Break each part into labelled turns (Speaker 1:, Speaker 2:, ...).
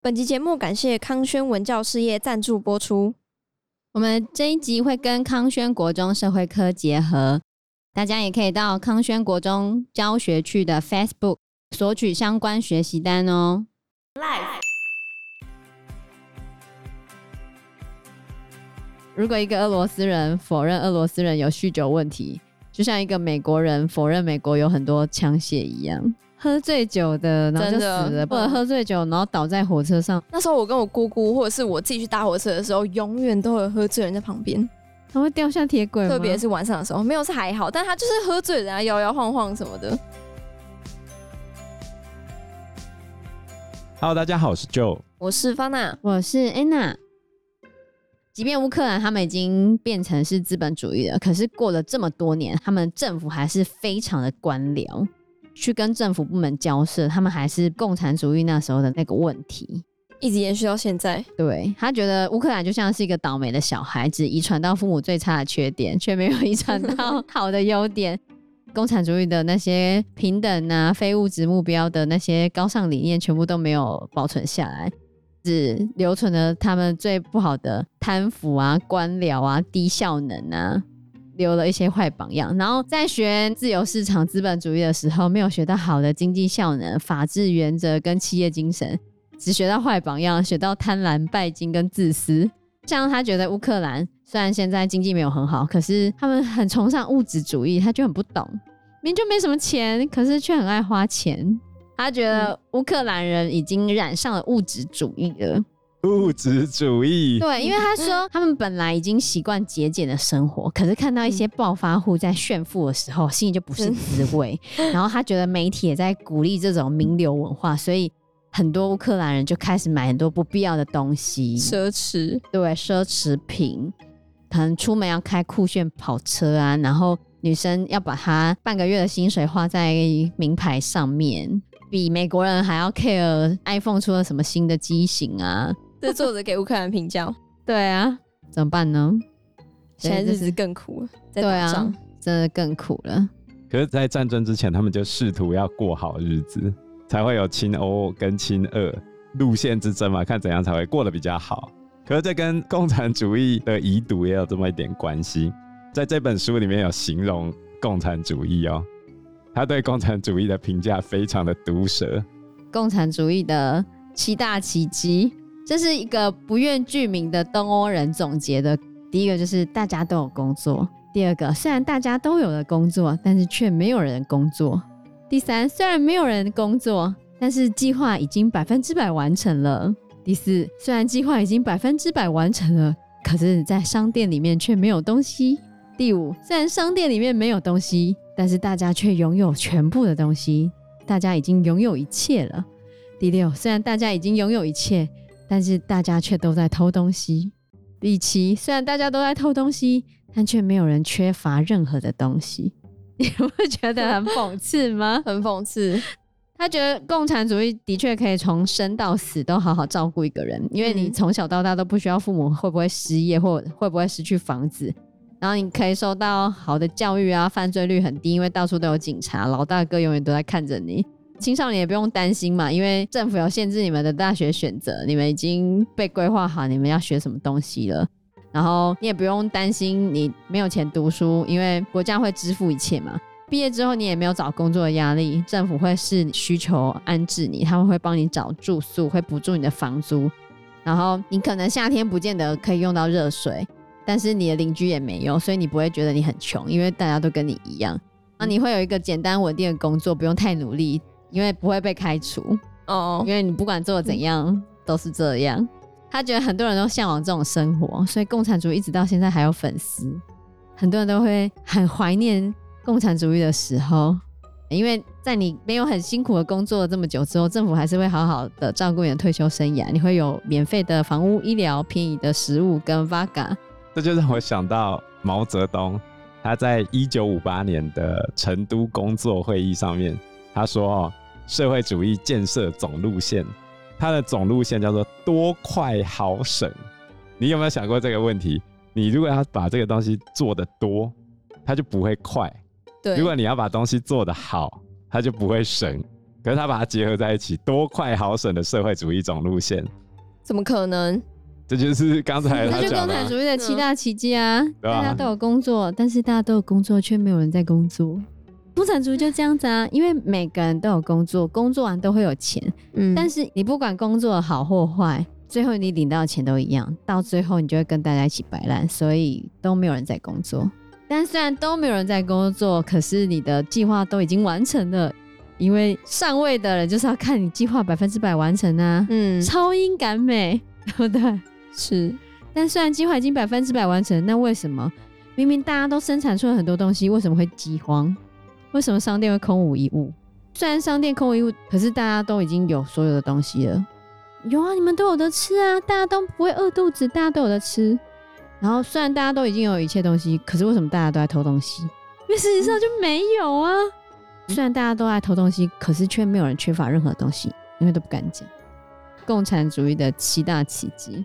Speaker 1: 本集节目感谢康轩文教事业赞助播出。
Speaker 2: 我们这一集会跟康轩国中社会科结合，大家也可以到康轩国中教学区的 Facebook 索取相关学习单哦。如果一个俄罗斯人否认俄罗斯人有酗酒问题，就像一个美国人否认美国有很多枪械一样，喝醉酒的然后就
Speaker 3: 真
Speaker 2: 死
Speaker 3: 的嗯
Speaker 2: 了，或者喝醉酒然后倒在火车上，
Speaker 3: 那时候我跟我姑姑或者是我自己去搭火车的时候，永远都有喝醉的人在旁边，
Speaker 2: 他会掉下铁轨吗，
Speaker 3: 特别是晚上的时候，没有是还好，但他就是喝醉人啊，摇摇晃晃什么的。
Speaker 4: Hello，大家好，我是 Joe。
Speaker 3: 我是方娜，
Speaker 2: 我是 Anna。即便乌克兰他们已经变成是资本主义了，可是过了这么多年，他们政府还是非常的官僚，去跟政府部门交涉，他们还是共产主义那时候的那个问题。
Speaker 3: 一直延续到现在，
Speaker 2: 对他觉得乌克兰就像是一个倒霉的小孩，只遗传到父母最差的缺点，却没有遗传到 好的优点。共产主义的那些平等啊、非物质目标的那些高尚理念，全部都没有保存下来，只留存了他们最不好的贪腐啊、官僚啊、低效能啊，留了一些坏榜样。然后在学自由市场资本主义的时候，没有学到好的经济效能、法治原则跟企业精神，只学到坏榜样，学到贪婪、拜金跟自私。像他觉得乌克兰虽然现在经济没有很好，可是他们很崇尚物质主义，他就很不懂，明明就没什么钱，可是却很爱花钱。他觉得乌克兰人已经染上了物质主义了。
Speaker 4: 物质 主义，
Speaker 2: 对，因为他说他们本来已经习惯节俭的生活，可是看到一些暴发户在炫富的时候，心里就不是滋味。然后他觉得媒体也在鼓励这种名流文化，所以很多乌克兰人就开始买很多不必要的东
Speaker 1: 嗯
Speaker 2: 西，
Speaker 3: 奢侈，
Speaker 2: 对，奢侈品，可能出门要开酷炫跑车啊，然后女生要把她半个月的薪水花在名牌上面。比美国人还要 care iPhone 出了什么新的机型啊？
Speaker 3: 这是作者给乌克兰评价，哦
Speaker 2: 对啊，怎么办呢？
Speaker 3: 现在日
Speaker 2: 这
Speaker 3: 子
Speaker 2: 是
Speaker 3: 更苦了，在
Speaker 2: 对
Speaker 3: 打 仗。
Speaker 2: 啊，真的更苦了。
Speaker 4: 可是，在战争之前，他们就试图要过好日子，才会有亲欧跟亲俄路线之争嘛，看怎样才会过得比较好。可是，这跟共产主义的遗毒也有这么一点关系。在这本书里面有形容共产主义哦，他对共产主义的评价非常的毒舌。
Speaker 2: 共产主义的七大奇迹，这是一个不愿具名的东欧人总结的。第一个就是大家都有工作；第二个，虽然大家都有了工作，但是却没有人工作；第三，虽然没有人工作，但是计划已经百分之百完成了；第四，虽然计划已经百分之百完成了，可是在商店里面却没有东西；第五，虽然商店里面没有东西，但是大家却拥有全部的东西，大家已经拥有一切了。第六，虽然大家已经拥有一切，但是大家却都在偷东西。第七，虽然大家都在偷东西，但却没有人缺乏任何的东西。 你不觉
Speaker 3: 啊
Speaker 2: 得很讽刺吗？
Speaker 3: 很讽刺，
Speaker 2: 他觉得共产主义的确可以从生到死都好好照顾一个人，因为你
Speaker 3: 嗯
Speaker 2: 从小到大都不需要父母会不会失业或会不会失去房子，然后你可以受到好的教育啊，犯罪率很低，因为到处都有警察，老大哥永远都在看着你。青少年也不用担心嘛，因为政府有限制你们的大学选择，你们已经被规划好你们要学什么东西了。然后你也不用担心你没有钱读书，因为国家会支付一切嘛。毕业之后你也没有找工作的压力，政府会视需求安置你，他们会帮你找住宿，会补助你的房租。然后你可能夏天不见得可以用到热水，但是你的邻居也没有，所以你不会觉得你很穷，因为大家都跟你一样。那你会有一个简单稳定的工作，不用太努力，因为不会被开除。
Speaker 3: 哦，
Speaker 2: 因为你不管做得怎样都是这样。他觉得很多人都向往这种生活，所以共产主义一直到现在还有粉丝，很多人都会很怀念共产主义的时候，因为在你没有很辛苦的工作这么久之后，政府还是会好好的照顾你的退休生涯，你会有免费的房屋、医疗、便宜的食物跟 vaga。
Speaker 4: 这就让我想到毛泽东，他在一九五八年的成都工作会议上面，他说、哦：“社会主义建设总路线，它的总路线叫做多快好省。”你有没有想过这个问题？你如果要把这个东西做得多，它就不会快；
Speaker 3: 对
Speaker 4: 如，果你要把东西做得好，它就不会省。可是他把它结合在一起，多快好省的社会主义总路线，
Speaker 3: 怎么可能？
Speaker 4: 这就是刚才他
Speaker 2: 这就
Speaker 4: 讲
Speaker 2: 共
Speaker 4: 的啊
Speaker 2: 产主义的七大奇迹啊！
Speaker 4: 对啊
Speaker 2: 大家都有工作，但是大家都有工作，却没有人在工作。共产主义就这样子啊，因为每个人都有工作，工作完都会有钱，
Speaker 1: 嗯，
Speaker 2: 但是你不管工作好或坏，最后你领到的钱都一样，到最后你就会跟大家一起摆烂，所以都没有人在工作。但虽然都没有人在工作，可是你的计划都已经完成了，因为上位的人就是要看你计划百分之百完成啊，
Speaker 1: 嗯
Speaker 2: 超英赶美， 对不对？
Speaker 1: 是
Speaker 2: 但虽然计划已经百分之百完成，那为什么明明大家都生产出了很多东西，为什么会饥荒？为什么商店会空无一物？虽然商店空无一物，可是大家都已经有所有的东西了。有啊，你们都有的吃啊，大家都不会饿肚子，大家都有的吃。然后虽然大家都已经有一切东西，可是为什么大家都在偷东西？因为事实上就没有啊。虽然大家都在偷东西，可是却没有人缺乏任何东西，因为都不敢讲。共产主义的七大奇迹。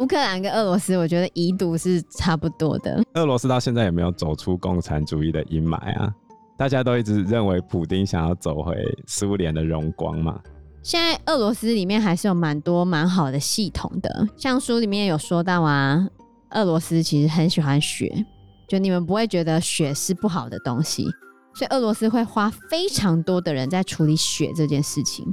Speaker 2: 乌克兰跟俄罗斯，我觉得遗毒是差不多的。
Speaker 4: 俄罗斯到现在也没有走出共产主义的阴霾啊，大家都一直认为普丁想要走回苏联的荣光嘛。
Speaker 2: 现在俄罗斯里面还是有蛮多蛮好的系统的，像书里面有说到啊，俄罗斯其实很喜欢雪，就你们不会觉得雪是不好的东西，所以俄罗斯会花非常多的人在处理雪这件事情，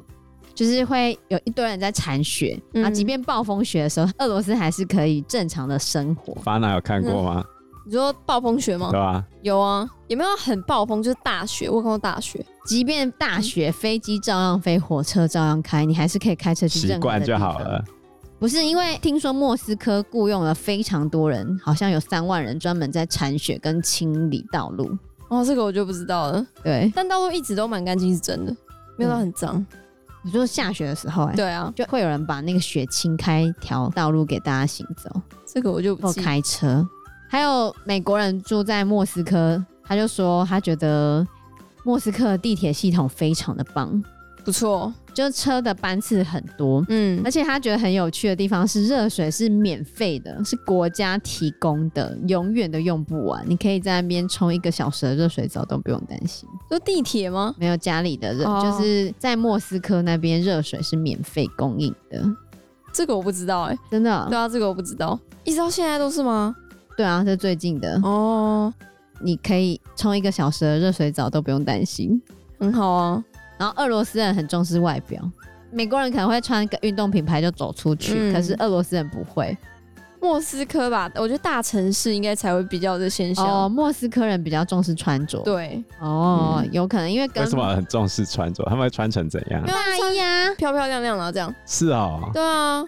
Speaker 2: 就是会有一堆人在铲雪啊，
Speaker 1: 嗯
Speaker 2: 即便暴风雪的时候，俄罗斯还是可以正常的生活。
Speaker 4: 法娜有看过吗？
Speaker 3: 你说暴风雪吗
Speaker 4: 对？吧、
Speaker 3: 有啊，也没有很暴风，就是大雪。我有看过大雪，
Speaker 2: 即便大雪，飞机照样飞，火车照样开，你还是可以开车去
Speaker 4: 习
Speaker 2: 任何的
Speaker 4: 惯
Speaker 2: 地
Speaker 4: 就
Speaker 2: 方
Speaker 4: 好了。。
Speaker 2: 不是因为听说莫斯科雇佣了非常多人，好像有三万人专门在铲雪跟清理道路。
Speaker 3: 哦，这个我就不知道了。
Speaker 2: 对，
Speaker 3: 但道路一直都蛮干净，是真的，没有到很脏。
Speaker 2: 你说下雪的时嗯候、哎，
Speaker 3: 对啊，
Speaker 2: 就会有人把那个雪清开一条道路给大家行走
Speaker 3: 这个我就不
Speaker 2: 或
Speaker 3: 记。
Speaker 2: 开车。还有美国人住在莫斯科，他就说他觉得莫斯科的地铁系统非常的棒，
Speaker 3: 不错，
Speaker 2: 就是车的班次很多，
Speaker 3: 嗯
Speaker 2: 而，且他觉得很有趣的地方是，热水是免费的，是国家提供的，永远都用不完。你可以在那边冲一个小时的热水澡都不用担心。
Speaker 3: 说地铁吗？
Speaker 2: 没有家里的热，
Speaker 3: 哦
Speaker 2: 就是在莫斯科那边热水是免费供应的，
Speaker 3: 这个我不知道哎、
Speaker 2: 真的。
Speaker 3: 对啊，这个我不知道，一直到现在都是吗？
Speaker 2: 对啊，这最近的，
Speaker 3: 哦，
Speaker 2: 你可以冲一个小时的热水澡都不用担心。
Speaker 3: 很好啊，
Speaker 2: 然后俄罗斯人很重视外表，美国人可能会穿一个运动品牌就走出去，
Speaker 3: 嗯
Speaker 2: 可是俄罗斯人不会。
Speaker 3: 莫斯科吧，我觉得大城市应该才会比较这现象。
Speaker 2: 哦，莫斯科人比较重视穿着。
Speaker 3: 对，
Speaker 2: 哦，有可能因为跟
Speaker 4: 为什么很重视穿着？他们会穿成怎样
Speaker 3: 因为？他们
Speaker 2: 大
Speaker 3: 穿
Speaker 2: 衣啊，
Speaker 3: 漂漂亮亮的这样。
Speaker 4: 是哦，
Speaker 3: 对啊，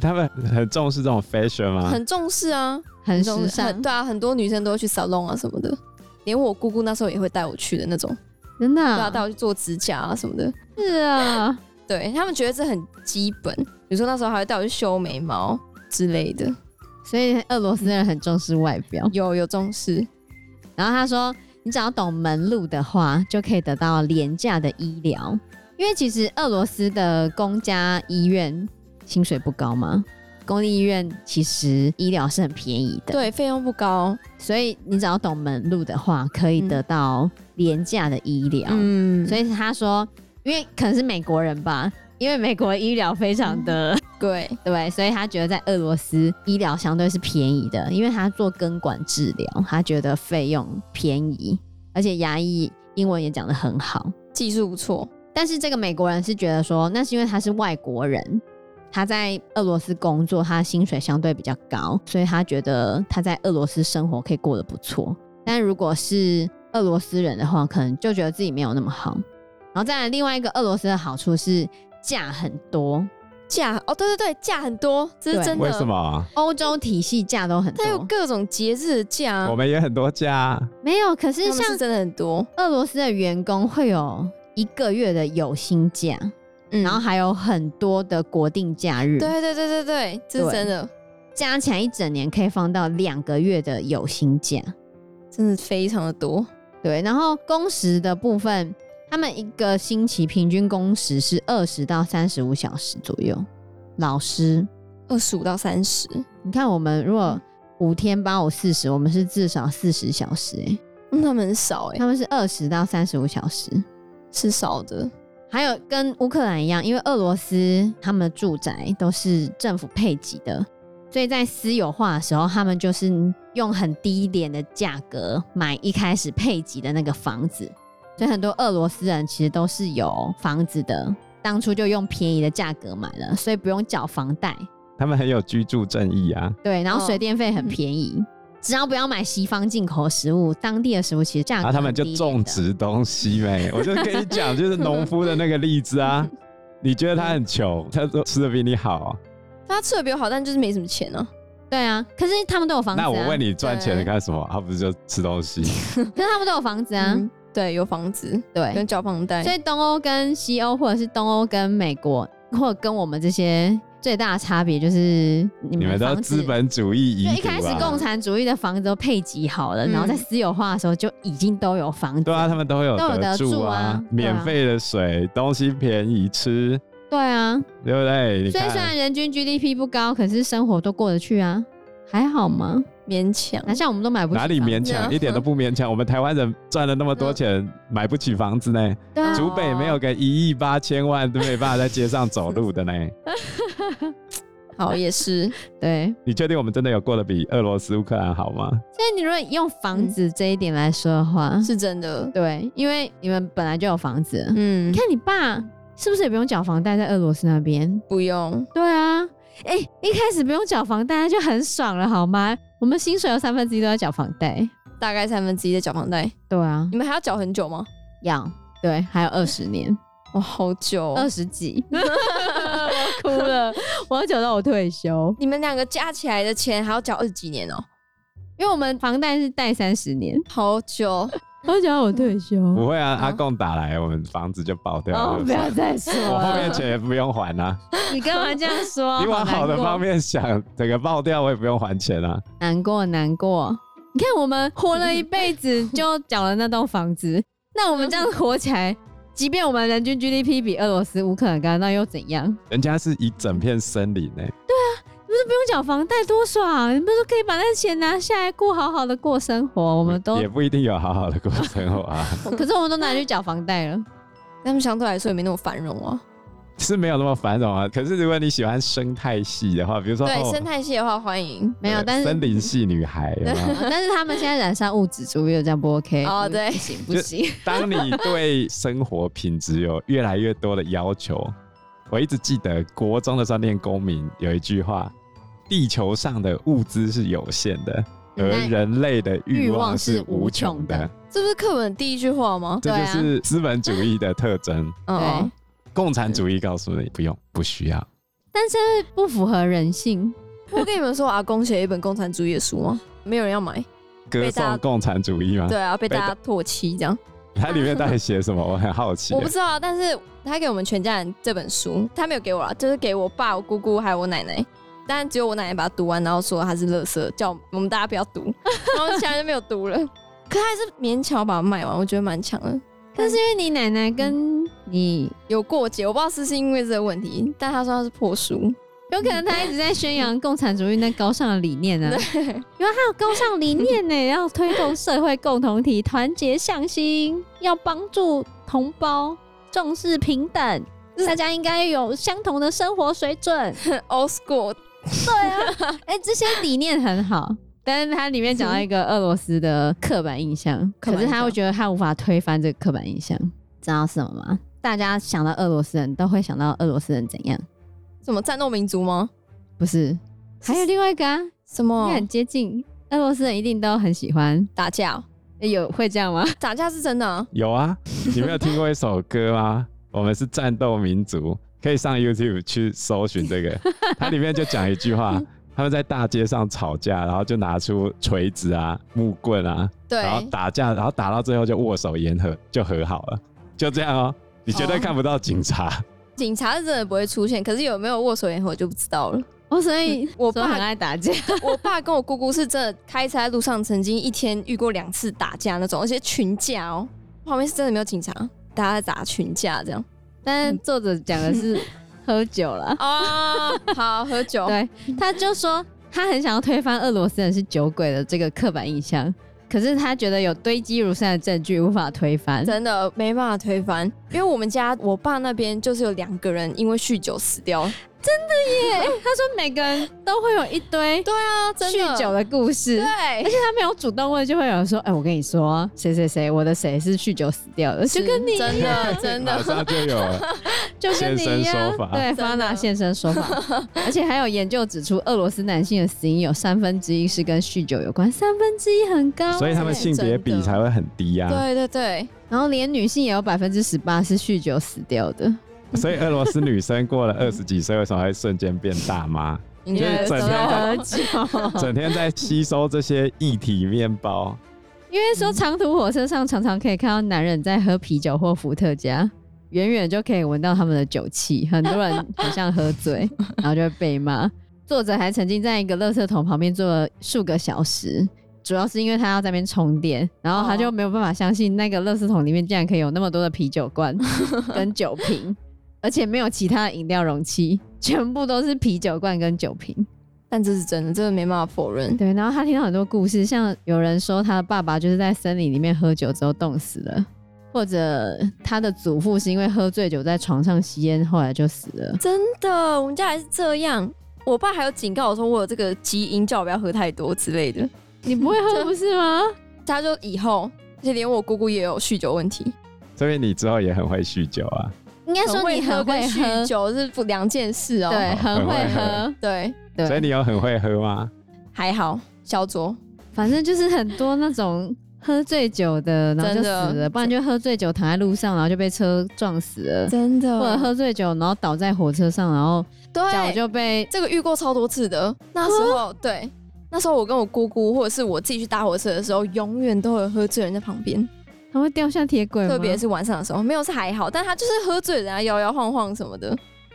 Speaker 4: 他们很重视这种 fashion 吗？
Speaker 3: 很重视啊，
Speaker 2: 很
Speaker 3: 重
Speaker 2: 时尚，
Speaker 3: 对啊，很多女生都会去 salon 啊什么的。连我姑姑那时候也会带我去的那种，
Speaker 2: 真的
Speaker 3: 对啊，
Speaker 2: 啊
Speaker 3: 带我去做指甲啊什么的。
Speaker 2: 是啊，
Speaker 3: 对他们觉得这很基本，比如说那时候还会带我去修眉毛之类的，
Speaker 2: 所以俄罗斯人很重视外表。
Speaker 3: 有有重视。
Speaker 2: 然后他说，你只要懂门路的话，就可以得到廉价的医疗，因为其实俄罗斯的公家医院薪水不高嘛。公立医院其实医疗是很便宜的，，
Speaker 3: 对，费用不高。
Speaker 2: 所以你只要懂门路的话，可以得到廉价的医疗。
Speaker 3: 嗯，
Speaker 2: 所以他说，因为可能是美国人吧，因为美国医疗非常的、
Speaker 3: 对，
Speaker 2: 对，所以他觉得在俄罗斯医疗相对是便宜的，因为他做根管治疗，他觉得费用便宜，而且牙医英文也讲得很好。
Speaker 3: 技术不错。
Speaker 2: 但是这个美国人是觉得说，那是因为他是外国人，他在俄罗斯工作，他的薪水相对比较高，所以他觉得他在俄罗斯生活可以过得不错。但如果是俄罗斯人的话，可能就觉得自己没有那么好。然后再来另外一个俄罗斯的好处是假很多，
Speaker 3: 假哦，对对对，假很多，这是
Speaker 2: 对
Speaker 3: 真的。
Speaker 4: 为什？么？
Speaker 2: 欧洲体系假都很多
Speaker 3: 它，有各种节日的假啊，
Speaker 4: 我们也很多家啊，
Speaker 2: 没有。可是
Speaker 3: 他们
Speaker 2: 像
Speaker 3: 是真的很多。
Speaker 2: 俄罗斯的员工会有一个月的有薪假，
Speaker 3: 嗯
Speaker 2: 然后还有很多的国定假日，
Speaker 3: 对对对对对，这是
Speaker 2: 对
Speaker 3: 真的，
Speaker 2: 加起来一整年可以放到两个月的有薪假。
Speaker 3: 真的非常的多。
Speaker 2: 对，然后工时的部分，他们一个星期平均工时是二十到三十五小时左右。老师，
Speaker 3: 二十五到三十，
Speaker 2: 你看我们如
Speaker 3: 嗯
Speaker 2: 果五天八五四十，我们是至少四十小时、欸，
Speaker 3: 嗯，他们很少哎、
Speaker 2: 他们是二十到三十五小时。
Speaker 3: 是少的。
Speaker 2: 还有跟乌克兰一样，因为俄罗斯他们的住宅都是政府配给的，所以在私有化的时候，他们就是用很低廉的价格买一开始配给的那个房子，所以很多俄罗斯人其实都是有房子的，当初就用便宜的价格买了，所以不用缴房贷。
Speaker 4: 他们很有居住正义啊。
Speaker 2: 对，然后
Speaker 3: 哦
Speaker 2: 水电费很便宜，只要不要买西方进口食物，当地的食物其实价格
Speaker 4: 然啊后他们
Speaker 2: 很
Speaker 4: 就
Speaker 2: 低廉
Speaker 4: 种
Speaker 2: 的。
Speaker 4: 植东西呗，我就跟你讲，就是农夫的那个例子啊。你觉得他很穷，他说吃的比你好，
Speaker 3: 他吃的比我好，但就是没什么钱啊。
Speaker 2: 对啊，可是他们都有房子、啊。
Speaker 4: 那我问
Speaker 2: 你，
Speaker 4: 你赚钱
Speaker 3: 对
Speaker 4: 干什么？他不是就吃 东西？
Speaker 2: 可是他们都有房子啊，
Speaker 3: 嗯，对，有房子
Speaker 2: 对，
Speaker 3: 跟交房贷，
Speaker 2: 所以东欧跟西欧，或者是东欧跟美国，或者跟我们这些最大的差别就是你
Speaker 4: 你
Speaker 2: 们
Speaker 4: 们
Speaker 2: 的
Speaker 4: 都
Speaker 2: 房子
Speaker 4: 资本主义遗
Speaker 2: 就
Speaker 4: 毒啊！
Speaker 2: 一开始共产主义的房子都配给好了，
Speaker 3: 嗯
Speaker 2: 然后在私有化的时候就已经都有房子。
Speaker 4: 对啊，他们都有
Speaker 2: 都有得
Speaker 4: 住
Speaker 2: 住啊
Speaker 4: 免费的水，东西便宜吃，
Speaker 2: 对啊，
Speaker 4: 对不对？你
Speaker 2: 所以虽
Speaker 4: 看，
Speaker 2: 然人均 GDP 不高，可是生活都过得去啊，还好吗？
Speaker 3: 勉强
Speaker 2: 嗯哪像我们都买不起
Speaker 4: 哪里
Speaker 2: 房啊嗯
Speaker 4: 勉强？
Speaker 3: 嗯
Speaker 4: 一点都不勉强。我们台湾人赚了那么多钱，买不起房子呢。
Speaker 2: 对啊
Speaker 3: 足
Speaker 4: 竹北没有个一亿八千万都没办法在街上走路 的呢。
Speaker 3: 好也是，
Speaker 2: 对，
Speaker 4: 你确定我们真的有过得比俄罗斯、乌克兰好吗？
Speaker 2: 所以你如果用房子这一点来说的话，
Speaker 3: 是真的。
Speaker 2: 对，因为你们本来就有房子了，
Speaker 3: 嗯
Speaker 2: 你，看你爸是不是也不用缴房贷在俄罗斯那边？
Speaker 3: 不用，
Speaker 2: 对啊，哎、一开始不用缴房贷就很爽了，好吗？我们薪水有三分之一都要缴房贷。
Speaker 3: 大概三分之一的交房贷，
Speaker 2: 对啊，
Speaker 3: 你们还要缴很久吗？
Speaker 2: 要对，还有二十年，
Speaker 3: 哇，好久、哦
Speaker 2: 二十 几，我哭了，我要缴到我退休，
Speaker 3: 你们两个加起来的钱还要缴二十几年哦、
Speaker 2: 因为我们房贷是贷三十年，
Speaker 3: 好久。
Speaker 2: 我要缴到我退休。
Speaker 4: 不会啊，阿贡打来，我们房子就爆掉
Speaker 2: 哦
Speaker 4: 了，。
Speaker 2: 不要再说
Speaker 4: 我后面
Speaker 2: 了，
Speaker 4: 钱也不用还啊，
Speaker 2: 你干嘛这样说？
Speaker 4: 你往好的
Speaker 2: 难过
Speaker 4: 方面想，整个爆掉我也不用还钱啊。
Speaker 2: 难过，难过。你看，我们活了一辈子就缴了那栋房 子，那我们这样活起来，即便我们人均 GDP 比俄罗斯、乌克兰高，那又怎样？
Speaker 4: 人家是一整片森林欸呢、
Speaker 2: 不是不用缴房贷，多爽！啊你不是说可以把那钱拿下来，过好好的过生活？我们都，
Speaker 4: 也不一定有好好的过生活 啊，
Speaker 2: 可是我们都拿去缴房贷 了。
Speaker 3: 他们相对来说也没那么繁荣啊。
Speaker 4: 是没有那么繁荣啊。可是如果你喜欢生态系的话，比如说
Speaker 3: 对，
Speaker 4: 哦
Speaker 3: 生态系的话欢迎。
Speaker 2: 没有，
Speaker 4: 对
Speaker 2: 但是
Speaker 4: 森林系女孩有没有
Speaker 2: 但是他们现在燃烧物质主义了，这样不 OK？
Speaker 3: 哦
Speaker 2: 不
Speaker 3: 对
Speaker 2: 不行不行，
Speaker 4: 当你对生活品质有越来越多的要求，我一直记得国中的时候念公民有一句话：地球上的物资是有限的，而
Speaker 2: 嗯那
Speaker 4: 人类的欲
Speaker 2: 欲
Speaker 4: 望
Speaker 2: 望
Speaker 4: 是
Speaker 2: 是
Speaker 4: 无
Speaker 2: 无
Speaker 4: 穷
Speaker 2: 穷
Speaker 4: 的
Speaker 2: 的。
Speaker 3: 这不是课本第一句话吗？
Speaker 4: 这
Speaker 2: 对
Speaker 4: 就
Speaker 2: 啊
Speaker 4: 是资本主义的特征。
Speaker 3: 嗯，
Speaker 4: 共产主义告诉你不用，不需要。
Speaker 2: 但是 不符合人性。
Speaker 3: 我跟你们说，我阿公写了一本共产主义的书吗？没有人要买。
Speaker 4: 歌
Speaker 3: 被大
Speaker 4: 颂
Speaker 3: 家
Speaker 4: 共产主义吗？
Speaker 3: 对啊，被
Speaker 4: 被
Speaker 3: 大家唾弃这样。
Speaker 4: 它里面到底写什么？我很好奇
Speaker 3: 我。不知道啊，但是他给我们全家人这本书，他没有给我啦，就是给我爸、我姑姑还有我奶奶。但只有我奶奶把它读完，然后说它是垃圾，叫我们大家不要读，然后其他人就没有读了。可还是勉强把它卖完，我觉得蛮强的。
Speaker 2: 但是因为你奶奶跟你
Speaker 3: 有过节，我不知道是不是因为这个问题，但他说他是破书，
Speaker 2: 有可能他一直在宣扬共产主义那高尚的理念 呢、啊，因为他有高尚理念呢、 要推动社会共同体团结向心，要帮助同胞，重视平等，
Speaker 3: 嗯
Speaker 2: 大家应该有相同的生活水 准。
Speaker 3: old school
Speaker 2: 哎、这些理念很好，但是它里面讲到一个俄罗斯的刻板印象，
Speaker 3: 刻
Speaker 2: 可
Speaker 3: 板印象
Speaker 2: 是他会觉得他无法推翻这个刻板印象，知道是什么吗？大家想到俄罗斯人都会想到俄罗斯人怎样？
Speaker 3: 什么战斗民族吗？
Speaker 2: 不是，还有另外一个啊，
Speaker 3: 什么
Speaker 2: 也很接近。俄罗斯人一定都很喜欢，
Speaker 3: 打架哦？
Speaker 2: 有会这样吗？
Speaker 3: 打架是真的、啊？
Speaker 4: 有啊，你没有听过一首歌吗？我们是战斗民族，可以上 YouTube 去搜寻这个。它里面就讲一句话，他们在大街上吵架，然后就拿出锤子啊、木棍啊，
Speaker 3: 对，
Speaker 4: 然后打架，然后打到最后就握手言和，就和好了，就这样哦。你绝对
Speaker 3: 哦
Speaker 4: 看不到警察，
Speaker 3: 警察是真的不会出现，可是有没有握手言和我就不知道了。
Speaker 2: 哦，所 以
Speaker 3: 我
Speaker 2: 说很
Speaker 3: 爸，
Speaker 2: 爱打架，
Speaker 3: 我爸跟我姑姑是真的开车在路上，曾经一天遇过两次打架那种，而且群架哦，旁边是真的没有警察，大家在打群架这样。
Speaker 2: 但是作者讲的 是喝酒了。
Speaker 3: 哦，好，喝酒，
Speaker 2: 嗯对，他就说他很想要推翻俄罗斯人是酒鬼的这个刻板印象，可是他觉得有堆积如山的证据无法推翻。
Speaker 3: 真的没办法推翻，因为我们家我爸那边就是有两个人因为酗酒死掉了，
Speaker 2: 他说每个人都会有一堆
Speaker 3: 啊，
Speaker 2: 酗酒的故事，
Speaker 3: 对
Speaker 2: 而且他没有主动问，就会有人说：“哎、我跟你说，谁谁谁，我的谁是酗酒死掉的，就跟你
Speaker 3: 真的真
Speaker 4: 马
Speaker 3: 的
Speaker 4: 上就有了。
Speaker 2: 就跟你一
Speaker 4: 现身
Speaker 2: 样
Speaker 4: 说，法
Speaker 2: 对，
Speaker 3: 真的
Speaker 2: 发达现身说法。而且还有研究指出，俄罗斯男性的死因有三分之一是跟酗酒有关，三分之一很
Speaker 3: 哦
Speaker 2: 高。
Speaker 4: 所以他们性别比才会很低啊呀、
Speaker 3: 对对对，
Speaker 2: 然后连女性也有百分之十八是酗酒死掉的。
Speaker 4: 所以俄罗斯女生过了二十几岁，为什么会瞬间变 大妈？
Speaker 3: 因
Speaker 4: 为整天
Speaker 2: 喝酒，
Speaker 4: 整天在吸收这些液体面包，
Speaker 2: 因为说长途火车上常常可以看到男人在喝啤酒或伏特加，远远就可以闻到他们的酒气，很多人好像喝醉，然后就会被骂。作者还曾经在一个垃圾桶旁边坐了数个小时，主要是因为他要在那边充电，然后他就没有办法相信那个垃圾桶里面竟然可以有那么多的啤酒罐跟酒瓶，而且没有其他的饮料容器，全部都是啤酒罐跟酒瓶。
Speaker 3: 但这是真的，真的没办法否认。
Speaker 2: 对，然后他听到很多故事，像有人说他的爸爸就是在森林里面喝酒之后冻死了，或者他的祖父是因为喝醉酒在床上吸烟，后来就死了。
Speaker 3: 真的，我们家还是这样。我爸还有警告我说我有这个基因，叫我不要喝太多之类的。
Speaker 2: 你不会喝不是 吗？
Speaker 3: 他就以后，而且连我姑姑也有酗酒问题。
Speaker 4: 所以你之后也很会酗酒啊。
Speaker 2: 应该说你
Speaker 3: 很
Speaker 2: 很
Speaker 3: 跟
Speaker 2: 会
Speaker 3: 酗
Speaker 2: 喝，
Speaker 3: 酒是不两件事哦。
Speaker 2: 对，很
Speaker 4: 很
Speaker 2: 会
Speaker 4: 会
Speaker 2: 喝
Speaker 4: 喝，
Speaker 3: 对，
Speaker 2: 对。
Speaker 4: 所以你有很会喝吗？
Speaker 3: 还好小酌。
Speaker 2: 反正就是很多那种喝醉酒的，然后就
Speaker 3: 真
Speaker 2: 死
Speaker 3: 的
Speaker 2: 了，不然就喝醉酒躺在路上，然后就被车撞死了，
Speaker 3: 真
Speaker 2: 或者
Speaker 3: 的，
Speaker 2: 喝醉酒然后倒在火车上，然后脚
Speaker 3: 对，啊
Speaker 2: 就被
Speaker 3: 这个遇过超多次的。那时候，对，那时候我跟我姑姑或者是我自己去搭火车的时候，永远都有喝醉人在旁边，
Speaker 2: 它会掉下铁轨吗，
Speaker 3: 特别是晚上的时候，没有是还好，但他就是喝醉人啊，摇摇晃晃什么的，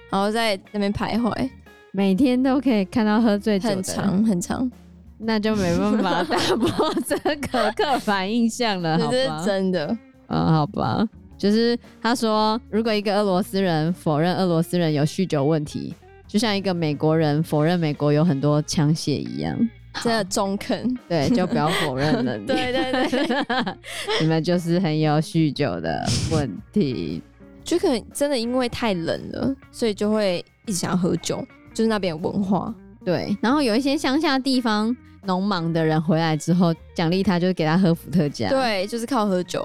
Speaker 3: 然后在那边徘徊，
Speaker 2: 每天都可以看到喝醉酒的
Speaker 3: 很
Speaker 2: 人，
Speaker 3: 长很长，
Speaker 2: 那就没办 法打破这个刻板印象了，好
Speaker 3: 这
Speaker 2: 吧
Speaker 3: 是？真的。
Speaker 2: 嗯，好吧。就是他说，如果一个俄罗斯人否认俄罗斯人有酗酒问题，就像一个美国人否认美国有很多枪械一样，
Speaker 3: 真的中肯，
Speaker 2: 对，就不要否认了你。
Speaker 3: 对对
Speaker 2: 对， 你们就是很有酗酒的问题。
Speaker 3: 就可能真的因为太冷了，所以就会一直想喝酒，就是那边有文化。
Speaker 2: 对，然后有一些乡下地方农忙的人回来之后，奖励他就是给他喝伏特加。
Speaker 3: 对，就是靠喝酒。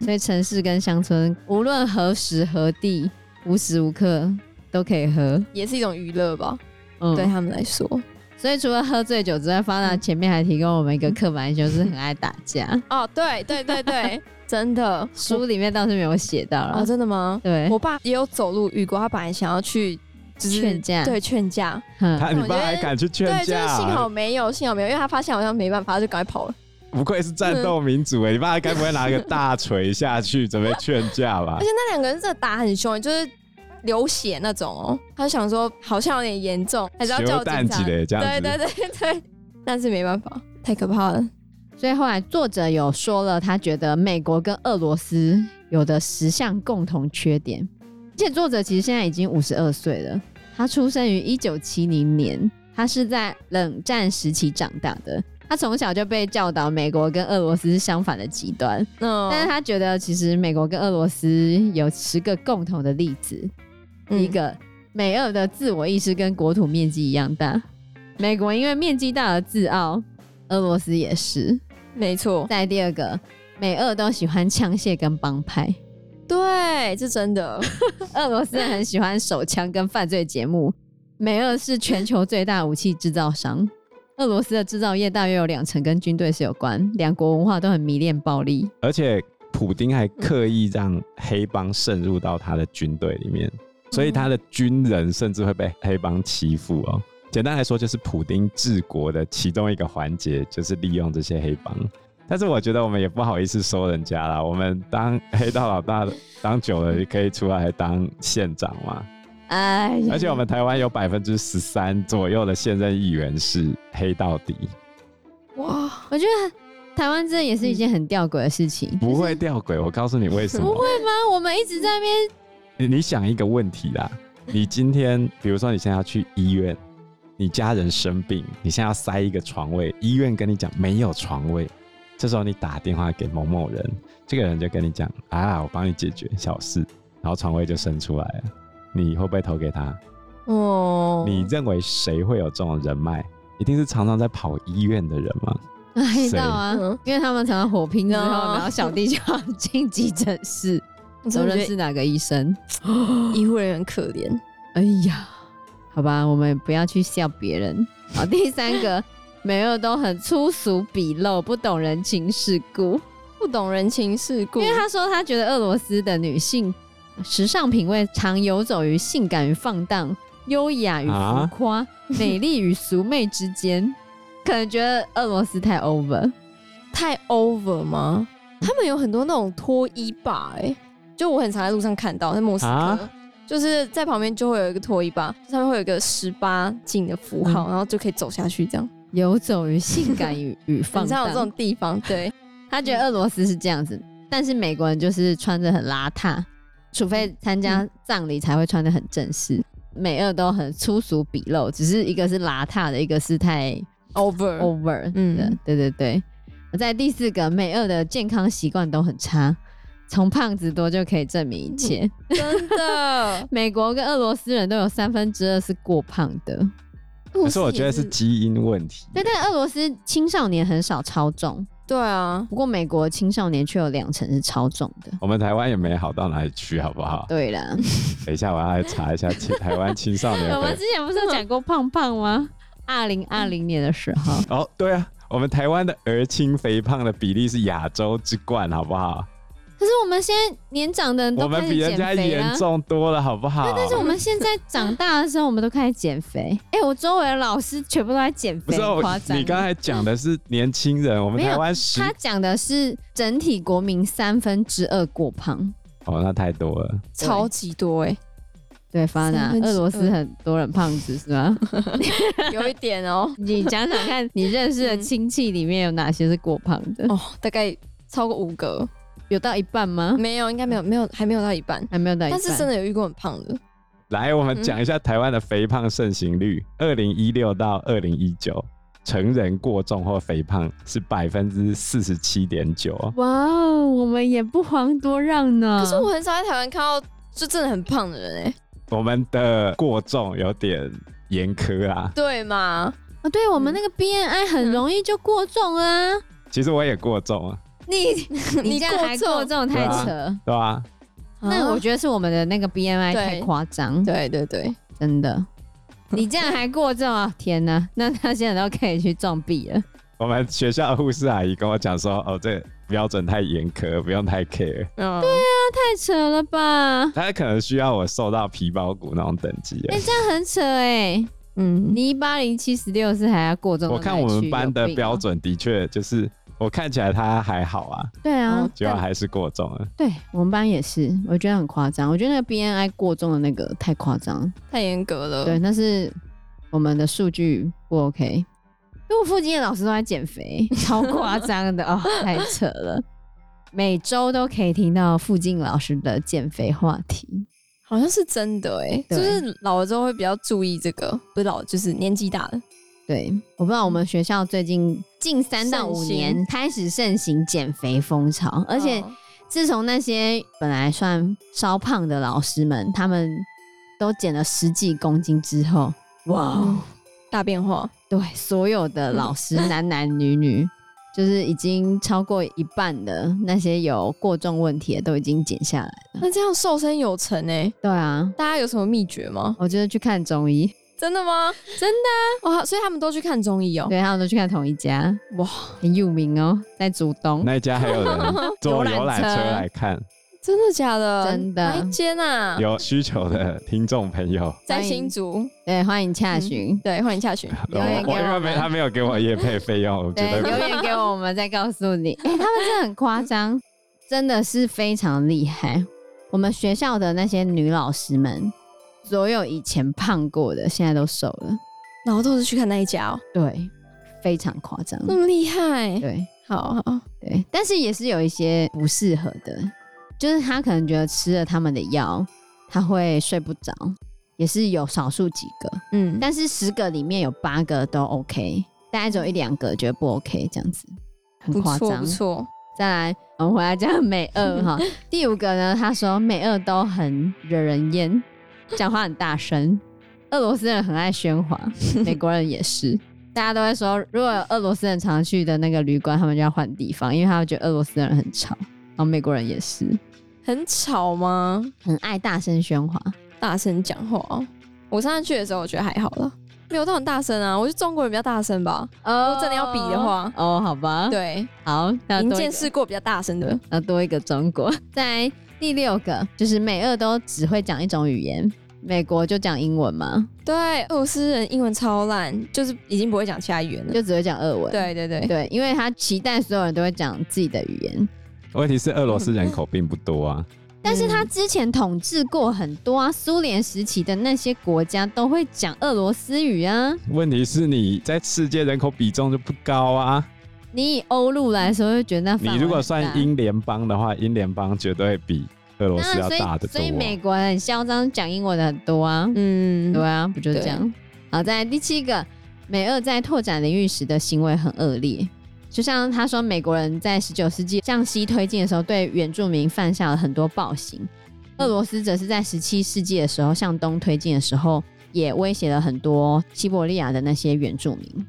Speaker 2: 所以城市跟乡村，无论何时何地，无时无刻都可以喝。
Speaker 3: 也是一种娱乐吧，
Speaker 2: 嗯，
Speaker 3: 对。他们来说。
Speaker 2: 所以除了喝醉酒之外，方
Speaker 3: 嗯
Speaker 2: 娜前面还提供我们一个刻板印象，就是很爱打 架。
Speaker 3: 哦，对对对对， 真的。
Speaker 2: 书里面倒是没有写到
Speaker 3: 哦，
Speaker 2: 了。
Speaker 3: 真的吗？
Speaker 2: 对，
Speaker 3: 我爸也有走路遇过，他本来想要去就是
Speaker 2: 劝架
Speaker 3: 对劝架，
Speaker 2: 哼
Speaker 4: 他你
Speaker 3: 嗯我觉
Speaker 4: 爸
Speaker 3: 得
Speaker 4: 还敢去劝
Speaker 3: 对，就是
Speaker 4: 架、啊
Speaker 3: 幸好没有，幸好没有，因为他发现好像没办法，他就赶快跑了。
Speaker 4: 不愧是战斗民族哎、你爸该不会拿个大锤下去准备劝架吧
Speaker 3: 而？且那两个人真的打很凶，欸就是流血那种哦。他就想说好像有点严重，还是要叫
Speaker 4: 球蛋
Speaker 3: 警察
Speaker 4: 级。的这样
Speaker 3: 对
Speaker 4: 子，
Speaker 3: 对对对，但是没办法，太可怕了。
Speaker 2: 所以后来作者有说了，他觉得美国跟俄罗斯有的十项共同缺点。而且作者其实现在已经五十二岁了，他出生于一九七零年，他是在冷战时期长大的。他从小就被教导美国跟俄罗斯是相反的极端，
Speaker 3: 那
Speaker 2: 但是他觉得其实美国跟俄罗斯有十个共同的例子。
Speaker 3: 嗯
Speaker 2: 第一、个，美俄的自我意识跟国土面积一样大，美国因为面积大而自傲，俄罗斯也是。
Speaker 3: 嗯没错，
Speaker 2: 再来第二个，美俄都喜欢枪械跟帮派，
Speaker 3: 对，是真的。
Speaker 2: 俄罗斯人很喜欢手枪跟犯罪节目。美俄是全球最大武器制造商，俄罗斯的制造业大约有两成跟军队是有关，两国文化都很迷恋暴力。
Speaker 4: 而且普丁还刻意让黑帮渗入到他的军队里面，所以他的军人甚至会被黑帮欺负哦。简单来说，就是普丁治国的其中一个环节，就是利用这些黑帮。但是我觉得我们也不好意思说人家啦，我们当黑道老大当久了，也可以出来当县长嘛。
Speaker 2: 哎，
Speaker 4: 而且我们台湾有百分之十三左右的现任议员是黑道底，
Speaker 3: 哇，
Speaker 2: 我觉得台湾这也是一件很吊诡的事情。
Speaker 3: 嗯
Speaker 4: 不会吊诡。我告诉你为什么？
Speaker 2: 不会吗？我们一直在那边
Speaker 4: 你你想一个问题啦，你今天比如说你现在要去医院，你家人生病，你现在要塞一个床位，医院跟你讲没有床位，这时候你打电话给某某人，这个人就跟你讲啊，我帮你解决小事，然后床位就生出来了。你会不会投给他？
Speaker 3: 哦，
Speaker 4: 你认为谁会有这种人脉？一定是常常在跑医院的人吗？
Speaker 2: 黑
Speaker 4: 谁
Speaker 2: 道啊
Speaker 3: 嗯，
Speaker 2: 因为他们常常火拼之后，
Speaker 3: 哦
Speaker 2: 然后小弟就要进急诊室，
Speaker 3: 我
Speaker 2: 都
Speaker 3: 真的
Speaker 2: 认
Speaker 3: 觉
Speaker 2: 识哪个医生？
Speaker 3: 得医护人员很可怜，
Speaker 2: 哎呀，好吧，我们不要去笑别人。好，第三个，每个都很粗俗鄙陋，不懂人情世故。
Speaker 3: 不懂人情世 故
Speaker 2: 因。为他说他觉得俄罗斯的女性时尚品味常游走于性感与放荡、优雅与浮夸、
Speaker 3: 啊
Speaker 2: 美丽与俗媚 之间，可能觉得俄罗斯太 over。
Speaker 3: 太 over 吗？他们有很多那种脱衣吧、哎，就我很常在路上看到，在莫斯科，
Speaker 4: 啊
Speaker 3: 就是在旁边就会有一个脱衣吧，上面会有一个十八禁的符
Speaker 4: 嗯
Speaker 3: 号，然后就可以走下去，这样。
Speaker 2: 游走于性感与与放
Speaker 3: 很像有
Speaker 2: 荡
Speaker 3: 这，种地方，对，
Speaker 2: 他觉得俄罗斯是这样子，但是美国人就是穿着很邋遢，除非参加葬礼才会穿的很正式。美俄都很粗俗鄙陋，只是一个是邋遢的，一个是太
Speaker 3: over
Speaker 2: over
Speaker 3: 嗯
Speaker 2: 的，对对对。在第四个，美俄的健康习惯都很差，从胖子多就可以证明一
Speaker 3: 嗯
Speaker 2: 切。。
Speaker 3: 真的
Speaker 2: 美国跟俄罗斯人都有三分之二是过胖的，
Speaker 4: 可是我觉得是基因问题。
Speaker 2: 但但俄罗斯青少年很少超重，
Speaker 3: 对啊，
Speaker 2: 不过美国青少年却有两成是超重的。
Speaker 4: 我们台湾也没好到哪里去，好不好？
Speaker 2: 对啦，
Speaker 4: 等一下我要来查一下青 台湾青少年
Speaker 2: 我们
Speaker 4: 肥
Speaker 2: 之前不是有讲过胖胖吗？ 二零二零年的时候，
Speaker 4: 哦，对啊，我们台湾的儿青肥胖的比例是亚洲之冠，好不好？
Speaker 2: 可是我们现在年长的人
Speaker 4: 我
Speaker 2: 都
Speaker 4: 们
Speaker 2: 开始
Speaker 4: 比人
Speaker 2: 减
Speaker 4: 家
Speaker 2: 肥啊
Speaker 4: 严。重多了，好不好？
Speaker 2: 但是我们现在长大的时候，我们都开始减 肥。哎、我周围的老师全部都在减
Speaker 4: 不
Speaker 2: 肥，
Speaker 4: 是啊
Speaker 2: 很
Speaker 4: 我
Speaker 2: 夸，张。
Speaker 4: 你刚才讲的是年轻人，我们
Speaker 2: 没有
Speaker 4: 台湾十
Speaker 2: 他讲的是整体国民三分之二过胖。
Speaker 4: 哦，那太多了。
Speaker 2: 对
Speaker 3: 超级多哎、
Speaker 2: 对，发达
Speaker 3: 三分之
Speaker 2: 俄
Speaker 3: 二
Speaker 2: 罗斯很多人胖子是吧？
Speaker 3: 有一点哦、
Speaker 2: 你想想看， 嗯你认识的亲戚里面有哪些是过胖的？
Speaker 3: 哦，大概超过五个，
Speaker 2: 有到一半吗？
Speaker 3: 没有，应该没有，没有，还没有到一半。
Speaker 2: 还没有到一半。
Speaker 3: 但是真的有遇过很胖的，
Speaker 4: 来，我们讲一下台湾的肥胖盛行率，二零一六到二零一九，成人过重或肥胖是百分之四十七点九。
Speaker 2: 哇哦，我们也不遑多让呢。
Speaker 3: 可是我很少在台湾看到就真的很胖的人哎、
Speaker 4: 我们的过重有点严苛啊。
Speaker 3: 对嘛？
Speaker 2: 哦，对我们那个 BNI 很容易就过重啊。
Speaker 4: 其实我也过重啊，
Speaker 2: 你你这样还过重啊太扯。
Speaker 4: 对啊吧、
Speaker 2: 那我觉得是我们的那个 BMI
Speaker 3: 对
Speaker 2: 太夸张，
Speaker 3: 对对对，
Speaker 2: 真的。 你这样还过重啊！ 天哪，那他现在都可以去撞壁了。
Speaker 4: 我们学校的护士阿姨跟我讲说，哦，这个标准太严苛，不用太 care。
Speaker 3: 嗯，对啊，
Speaker 2: 太扯了吧？
Speaker 4: 她可能需要我瘦到皮包骨那种等级了。
Speaker 2: 哎、这样很扯哎、
Speaker 3: 嗯，
Speaker 2: 你一八零七十六是还要过重？
Speaker 4: 我看我们班
Speaker 2: 啊
Speaker 4: 的标，准的确就是，我看起来她还好啊，
Speaker 2: 对啊，
Speaker 3: 哦
Speaker 4: 结果还是过重了。
Speaker 2: 对我们班也是，我觉得很夸张。我觉得那个 BNI 过重的那个太夸张了，
Speaker 3: 太严格了。
Speaker 2: 对，那是我们的数据不 OK。因为我附近的老师都在减肥， 超夸张的哦，太扯了。每周都可以听到附近老师的减肥话题，
Speaker 3: 好像是真的哎、
Speaker 2: 对
Speaker 3: 就是老了之后会比较注意这个，不是老，就是年纪大了。
Speaker 2: 对，我不知道我们学校最近近三到五
Speaker 3: 盛行
Speaker 2: 年开始盛行减肥风潮，而且
Speaker 3: 嗯
Speaker 2: 自从那些本来算稍胖的老师们，他们都减了十几公斤之后，哇，
Speaker 3: 嗯大变化，
Speaker 2: 对，所有的老师，男男女女，就是已经超过一半的那些有过重问题的都已经减下来了。
Speaker 3: 那这样瘦身有成哎、
Speaker 2: 对啊，
Speaker 3: 大家有什么秘诀吗？
Speaker 2: 我就是去看中医，
Speaker 3: 真的吗？真的啊哇！所以他们都去看中医哦、
Speaker 2: 对他们都去看同一家，
Speaker 3: 哇，
Speaker 2: 很有名哦，在竹东。
Speaker 4: 那一家还有人坐 游览车来看，
Speaker 3: 真的假的？
Speaker 2: 真的
Speaker 3: 哪一间啊？
Speaker 4: 有需求的听众朋友，
Speaker 3: 在新竹，
Speaker 2: 对，欢迎
Speaker 3: 嗯
Speaker 2: 洽询，
Speaker 3: 对，欢迎下去。
Speaker 4: 我
Speaker 2: 留言给
Speaker 4: 哦我因为
Speaker 2: 我
Speaker 4: 没
Speaker 2: 们
Speaker 4: 他没有给我业配费用，我觉
Speaker 2: 对，
Speaker 4: 得
Speaker 2: 留言给我们再告诉你。哎、他们真的很夸张，真的是非常厉害。我们学校的那些女老师们，所有以前胖过的，现在都瘦了，
Speaker 3: 然后都是去看那一家哦、
Speaker 2: 对，非常夸张，
Speaker 3: 那么厉害。
Speaker 2: 对。
Speaker 3: 好好，
Speaker 2: 对，但是也是有一些不适合的，就是他可能觉得吃了他们的药，他会睡不着，也是有少数几个，
Speaker 3: 嗯，
Speaker 2: 但是十个里面有八个都 OK，大概只有一两个觉得不 OK 这样子。很
Speaker 3: 不
Speaker 2: 夸
Speaker 3: 错
Speaker 2: 张
Speaker 3: 不。错，
Speaker 2: 再来，我们回来讲美 二哈。第五个呢，他说美二都很惹人厌，讲话很大声。俄罗斯人很爱 喧哗，美国人也是。大家都会说，如果有俄罗斯人常去的那个旅馆，他们就要换地方，因为他们觉得俄罗斯人很吵。然后美国人也是
Speaker 3: 很吵吗？
Speaker 2: 很爱大声喧哗。
Speaker 3: 大声讲话哦。我上次去的时候，我觉得还好啦，没有到很大声啊。我觉得中国人比较大声吧。
Speaker 2: 哦
Speaker 3: 如果真的要比的，话，
Speaker 2: 哦，好吧，，
Speaker 3: 对，
Speaker 2: 好，那
Speaker 3: 您
Speaker 2: 啊多一
Speaker 3: 见
Speaker 2: 个
Speaker 3: 识过比较大声的，
Speaker 2: 那多一个 中国。在第六个，就是美俄都只会讲一种语言，美国就讲英文嘛，
Speaker 3: 对，俄罗斯人英文超烂，就是已经不会讲其他语言了。
Speaker 2: 就只会讲俄文。
Speaker 3: 对对对，
Speaker 2: 对，因为他期待所有人都会讲自己的语言，
Speaker 4: 问题是俄罗斯人口并不多啊，
Speaker 2: 但是他之前统治过很多啊，苏联时期的那些国家都会讲俄罗斯语啊。
Speaker 4: 问题是你在世界人口比重就不高啊。
Speaker 2: 你以欧陆来说，会觉得那范围
Speaker 4: 你如果
Speaker 2: 很
Speaker 4: 算
Speaker 2: 大
Speaker 4: 英联邦的话，英联邦绝对比俄罗
Speaker 2: 当
Speaker 4: 斯
Speaker 2: 然
Speaker 4: 要
Speaker 2: 所以
Speaker 4: 大得多啊
Speaker 2: 所以。美国很嚣张，讲英文的很多啊。
Speaker 3: 嗯，
Speaker 2: 对啊，不就这
Speaker 3: 对
Speaker 2: 样？好，在第七个，美俄在拓展领域时的行为很恶劣。就像他说，美国人在十九世纪向西推进的时候，对原住民犯下了很多暴行；
Speaker 3: 嗯
Speaker 2: 俄罗斯则是在十七世纪的时候向东推进的时候，也威胁了很多西伯利亚的那些原住民。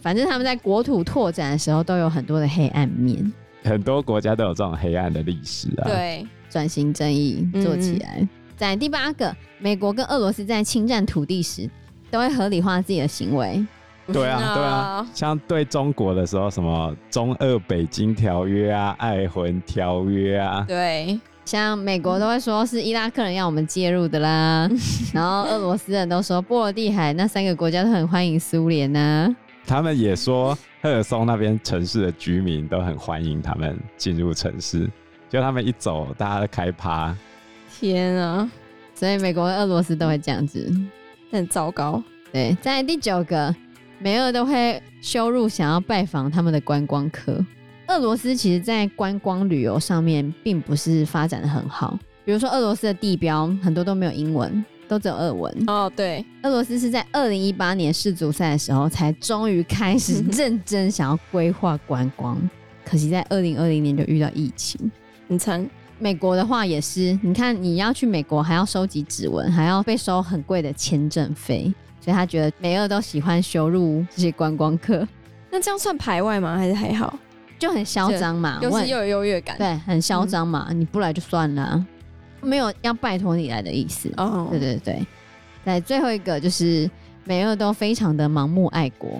Speaker 2: 反正他们在国土拓展的时候，都有很多的黑暗面。
Speaker 4: 很多国家都有这种黑暗的历史啊。，
Speaker 3: 对，
Speaker 2: 转型正义做起来。
Speaker 3: 嗯
Speaker 2: 在第八个，美国跟俄罗斯在侵占土地时，都会合理化自己的行为。
Speaker 4: 对
Speaker 2: 嗯
Speaker 4: 啊，对啊，像对中国的时候，什么中俄北京条约啊、爱魂条约啊，
Speaker 3: 对，
Speaker 2: 像美国都会说是伊拉克人要我们介入的啦，然后俄罗斯人都说波罗的海那三个国家都很欢迎苏联啊呐。
Speaker 4: 他们也说赫尔松那边城市的居民都很欢迎他们进入城市，就他们一走，大家都开趴。
Speaker 3: 天啊，
Speaker 2: 所以美国跟俄罗斯都会这样子。
Speaker 3: 那很糟糕。
Speaker 2: 对，在第九个，美俄都会羞辱想要拜访他们的观光客。俄罗斯其实在观光旅游上面并不是发展的很好，比如说俄罗斯的地标很多都没有英文，都只有俄文。
Speaker 3: 哦，对，
Speaker 2: 俄罗斯是在二零一八年世足赛的时候才终于 开始认真想要规划观光，可惜在二零二零年就遇到疫情。
Speaker 3: 很惨。
Speaker 2: 美国的话也是，你看你要去美国还要收集指纹，还要被收很贵的签证费，所以他觉得美俄都喜欢羞辱这些观光客，
Speaker 3: 那这样算排外吗？还是还好？
Speaker 2: 就很嚣张嘛，
Speaker 3: 又
Speaker 2: 我
Speaker 3: 是
Speaker 2: 很
Speaker 3: 又有嗯优越感。
Speaker 2: 对，很嚣张嘛，你不来就算了啊，没有要拜托你来的意思。
Speaker 3: 哦，
Speaker 2: 对对对，在最后一个就是美俄都非常的盲目爱国，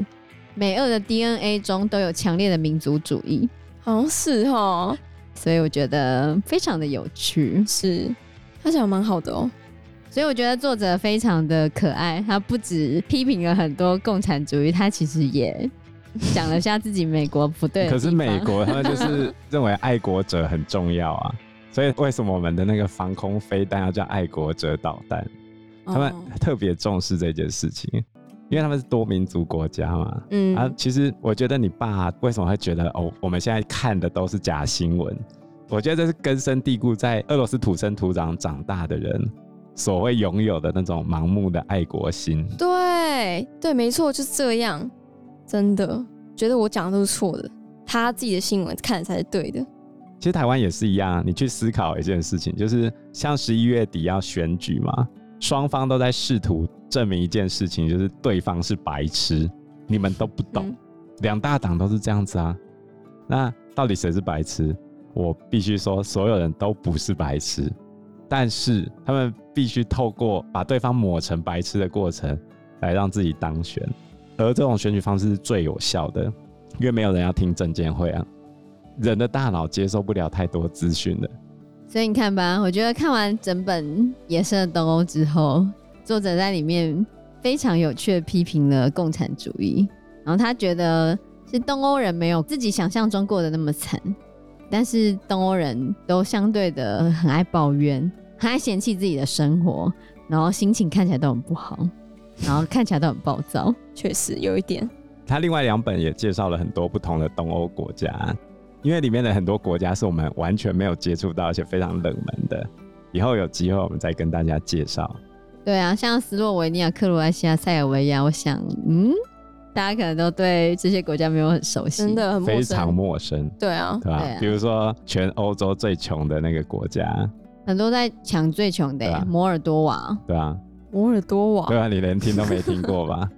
Speaker 2: 美俄的 DNA 中都有强烈的民族主义，
Speaker 3: 好像是哦，
Speaker 2: 所以我觉得非常的有趣。
Speaker 3: 是。他讲得蛮好的哦，
Speaker 2: 所以我觉得作者非常的可爱，他不止批评了很多共产主义，他其实也讲了下自己美国不对的
Speaker 4: 可是
Speaker 2: 地方
Speaker 4: 美国他们就是 认为爱国者很重要啊，所以为什么我们的那个防空飞弹要叫爱国者导弹？他们
Speaker 3: 哦
Speaker 4: 特别重视这件事情，因为他们是多民族国家嘛。
Speaker 3: 嗯
Speaker 4: 啊，其实我觉得你爸为什么会觉得哦，我们现在看的都是假新闻？我觉得这是根深蒂固在俄罗斯土生土长长大的人所会拥有的那种盲目的爱国心。
Speaker 3: 对对，没错，就是这样。真的觉得我讲的都是错的，他自己的新闻看的才是对的。
Speaker 4: 其实台湾也是一样，你去思考一件事情，就是像十一月底要选举嘛，双方都在试图证明一件事情，就是对方是白痴，你们都不懂
Speaker 3: 嗯。
Speaker 4: 两、大党都是这样子啊，那到底谁是白痴？我必须说，所有人都不是白痴，但是他们必须透过把对方抹成白痴的过程，来让自己当选。而这种选举方式是最有效的，因为没有人要听证监会啊。人的大脑接受不了太多资讯了。
Speaker 2: 所以你看吧，我觉得看完整本《野生的东欧》之后，作者在里面呃非常有趣的批评了共产主义，然后他觉得是东欧人没有自己想象中过的那么惨，但是东欧人都相对的很爱抱怨，很爱嫌弃自己的生活，然后心情看起来都很不好，然后看起来都很暴躁。
Speaker 3: 确实有一点，
Speaker 4: 他另外两本也介绍了很多不同的东欧国家，因为里面的很多国家是我们完全没有接触到，而且非常冷门的。以后有机会我们再跟大家介绍。
Speaker 2: 对啊，像斯洛维尼亚、克罗埃西亚、塞尔维亚，我想，嗯，大家可能都对这些国家没有很熟悉，
Speaker 3: 真的很陌
Speaker 4: 非常
Speaker 3: 生。
Speaker 4: 陌生，
Speaker 3: 对啊，
Speaker 4: 对吧？
Speaker 2: 对啊
Speaker 4: 比如说全欧洲最穷的那个国家，
Speaker 2: 很多在抢最穷的、
Speaker 4: 对啊
Speaker 2: 摩尔多瓦，
Speaker 4: 对吧？
Speaker 3: 摩尔多瓦
Speaker 4: 对啊，你连听都没听过吧？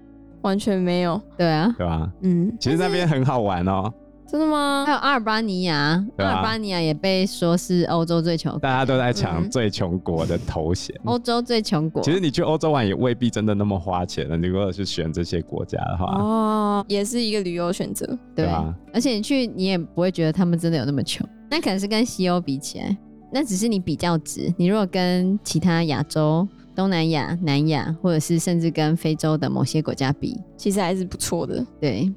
Speaker 3: 完全没有。
Speaker 2: 对啊，
Speaker 4: 对吧？
Speaker 3: 嗯，
Speaker 4: 其实那边很好玩哦，
Speaker 3: 真的吗
Speaker 2: 还？有阿尔巴尼亚，
Speaker 4: 对啊
Speaker 2: 阿尔巴尼亚也被说是欧洲最穷，
Speaker 4: 大家都在抢
Speaker 3: 嗯
Speaker 4: 最穷国的头衔。
Speaker 2: 欧洲最穷国。
Speaker 4: 嗯其实你去欧洲玩也未必真的那么花钱的，你如果是选这些国家的话，
Speaker 3: 哦，也是一个旅游选择。
Speaker 2: 对，
Speaker 4: 对啊
Speaker 2: 而且你去你也不会觉得他们真的有那么穷，那可能是跟西欧比起来，那只是你比较值。你如果跟其他亚洲、东南亚、南亚，或者是甚至跟非洲的某些国家比，
Speaker 3: 其实还是不错的。
Speaker 2: 对，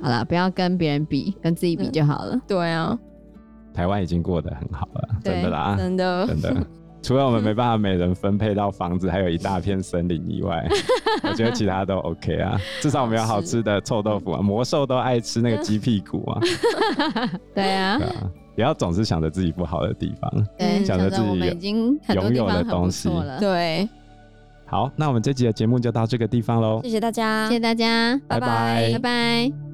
Speaker 2: 好啦，不要跟别人比，跟自己比
Speaker 3: 嗯
Speaker 2: 就好了。
Speaker 3: 对啊，
Speaker 4: 台湾已经过得很好了，
Speaker 2: 对
Speaker 4: 真的啦，
Speaker 3: 真的。
Speaker 4: 真的。除了我们没办法每人分配到房子，还有一大片森林以外，我觉得其他都 OK 啊。至少我们有好吃的臭豆腐啊，魔兽都爱吃那个鸡屁股啊，
Speaker 2: 对啊
Speaker 4: 对，啊。不要总是想着自己不好的地方。
Speaker 2: 对，
Speaker 3: 嗯
Speaker 2: 想
Speaker 4: 想着
Speaker 2: 着我
Speaker 4: 自己
Speaker 2: 们已经很多
Speaker 4: 拥
Speaker 2: 地
Speaker 4: 有
Speaker 2: 方
Speaker 4: 的
Speaker 2: 很不
Speaker 4: 东西
Speaker 2: 错了。
Speaker 3: 对，
Speaker 4: 好，那我们这集的节目就到这个地方喽
Speaker 3: 谢，谢大家，
Speaker 2: 谢谢大家，
Speaker 4: 拜拜
Speaker 2: 拜拜。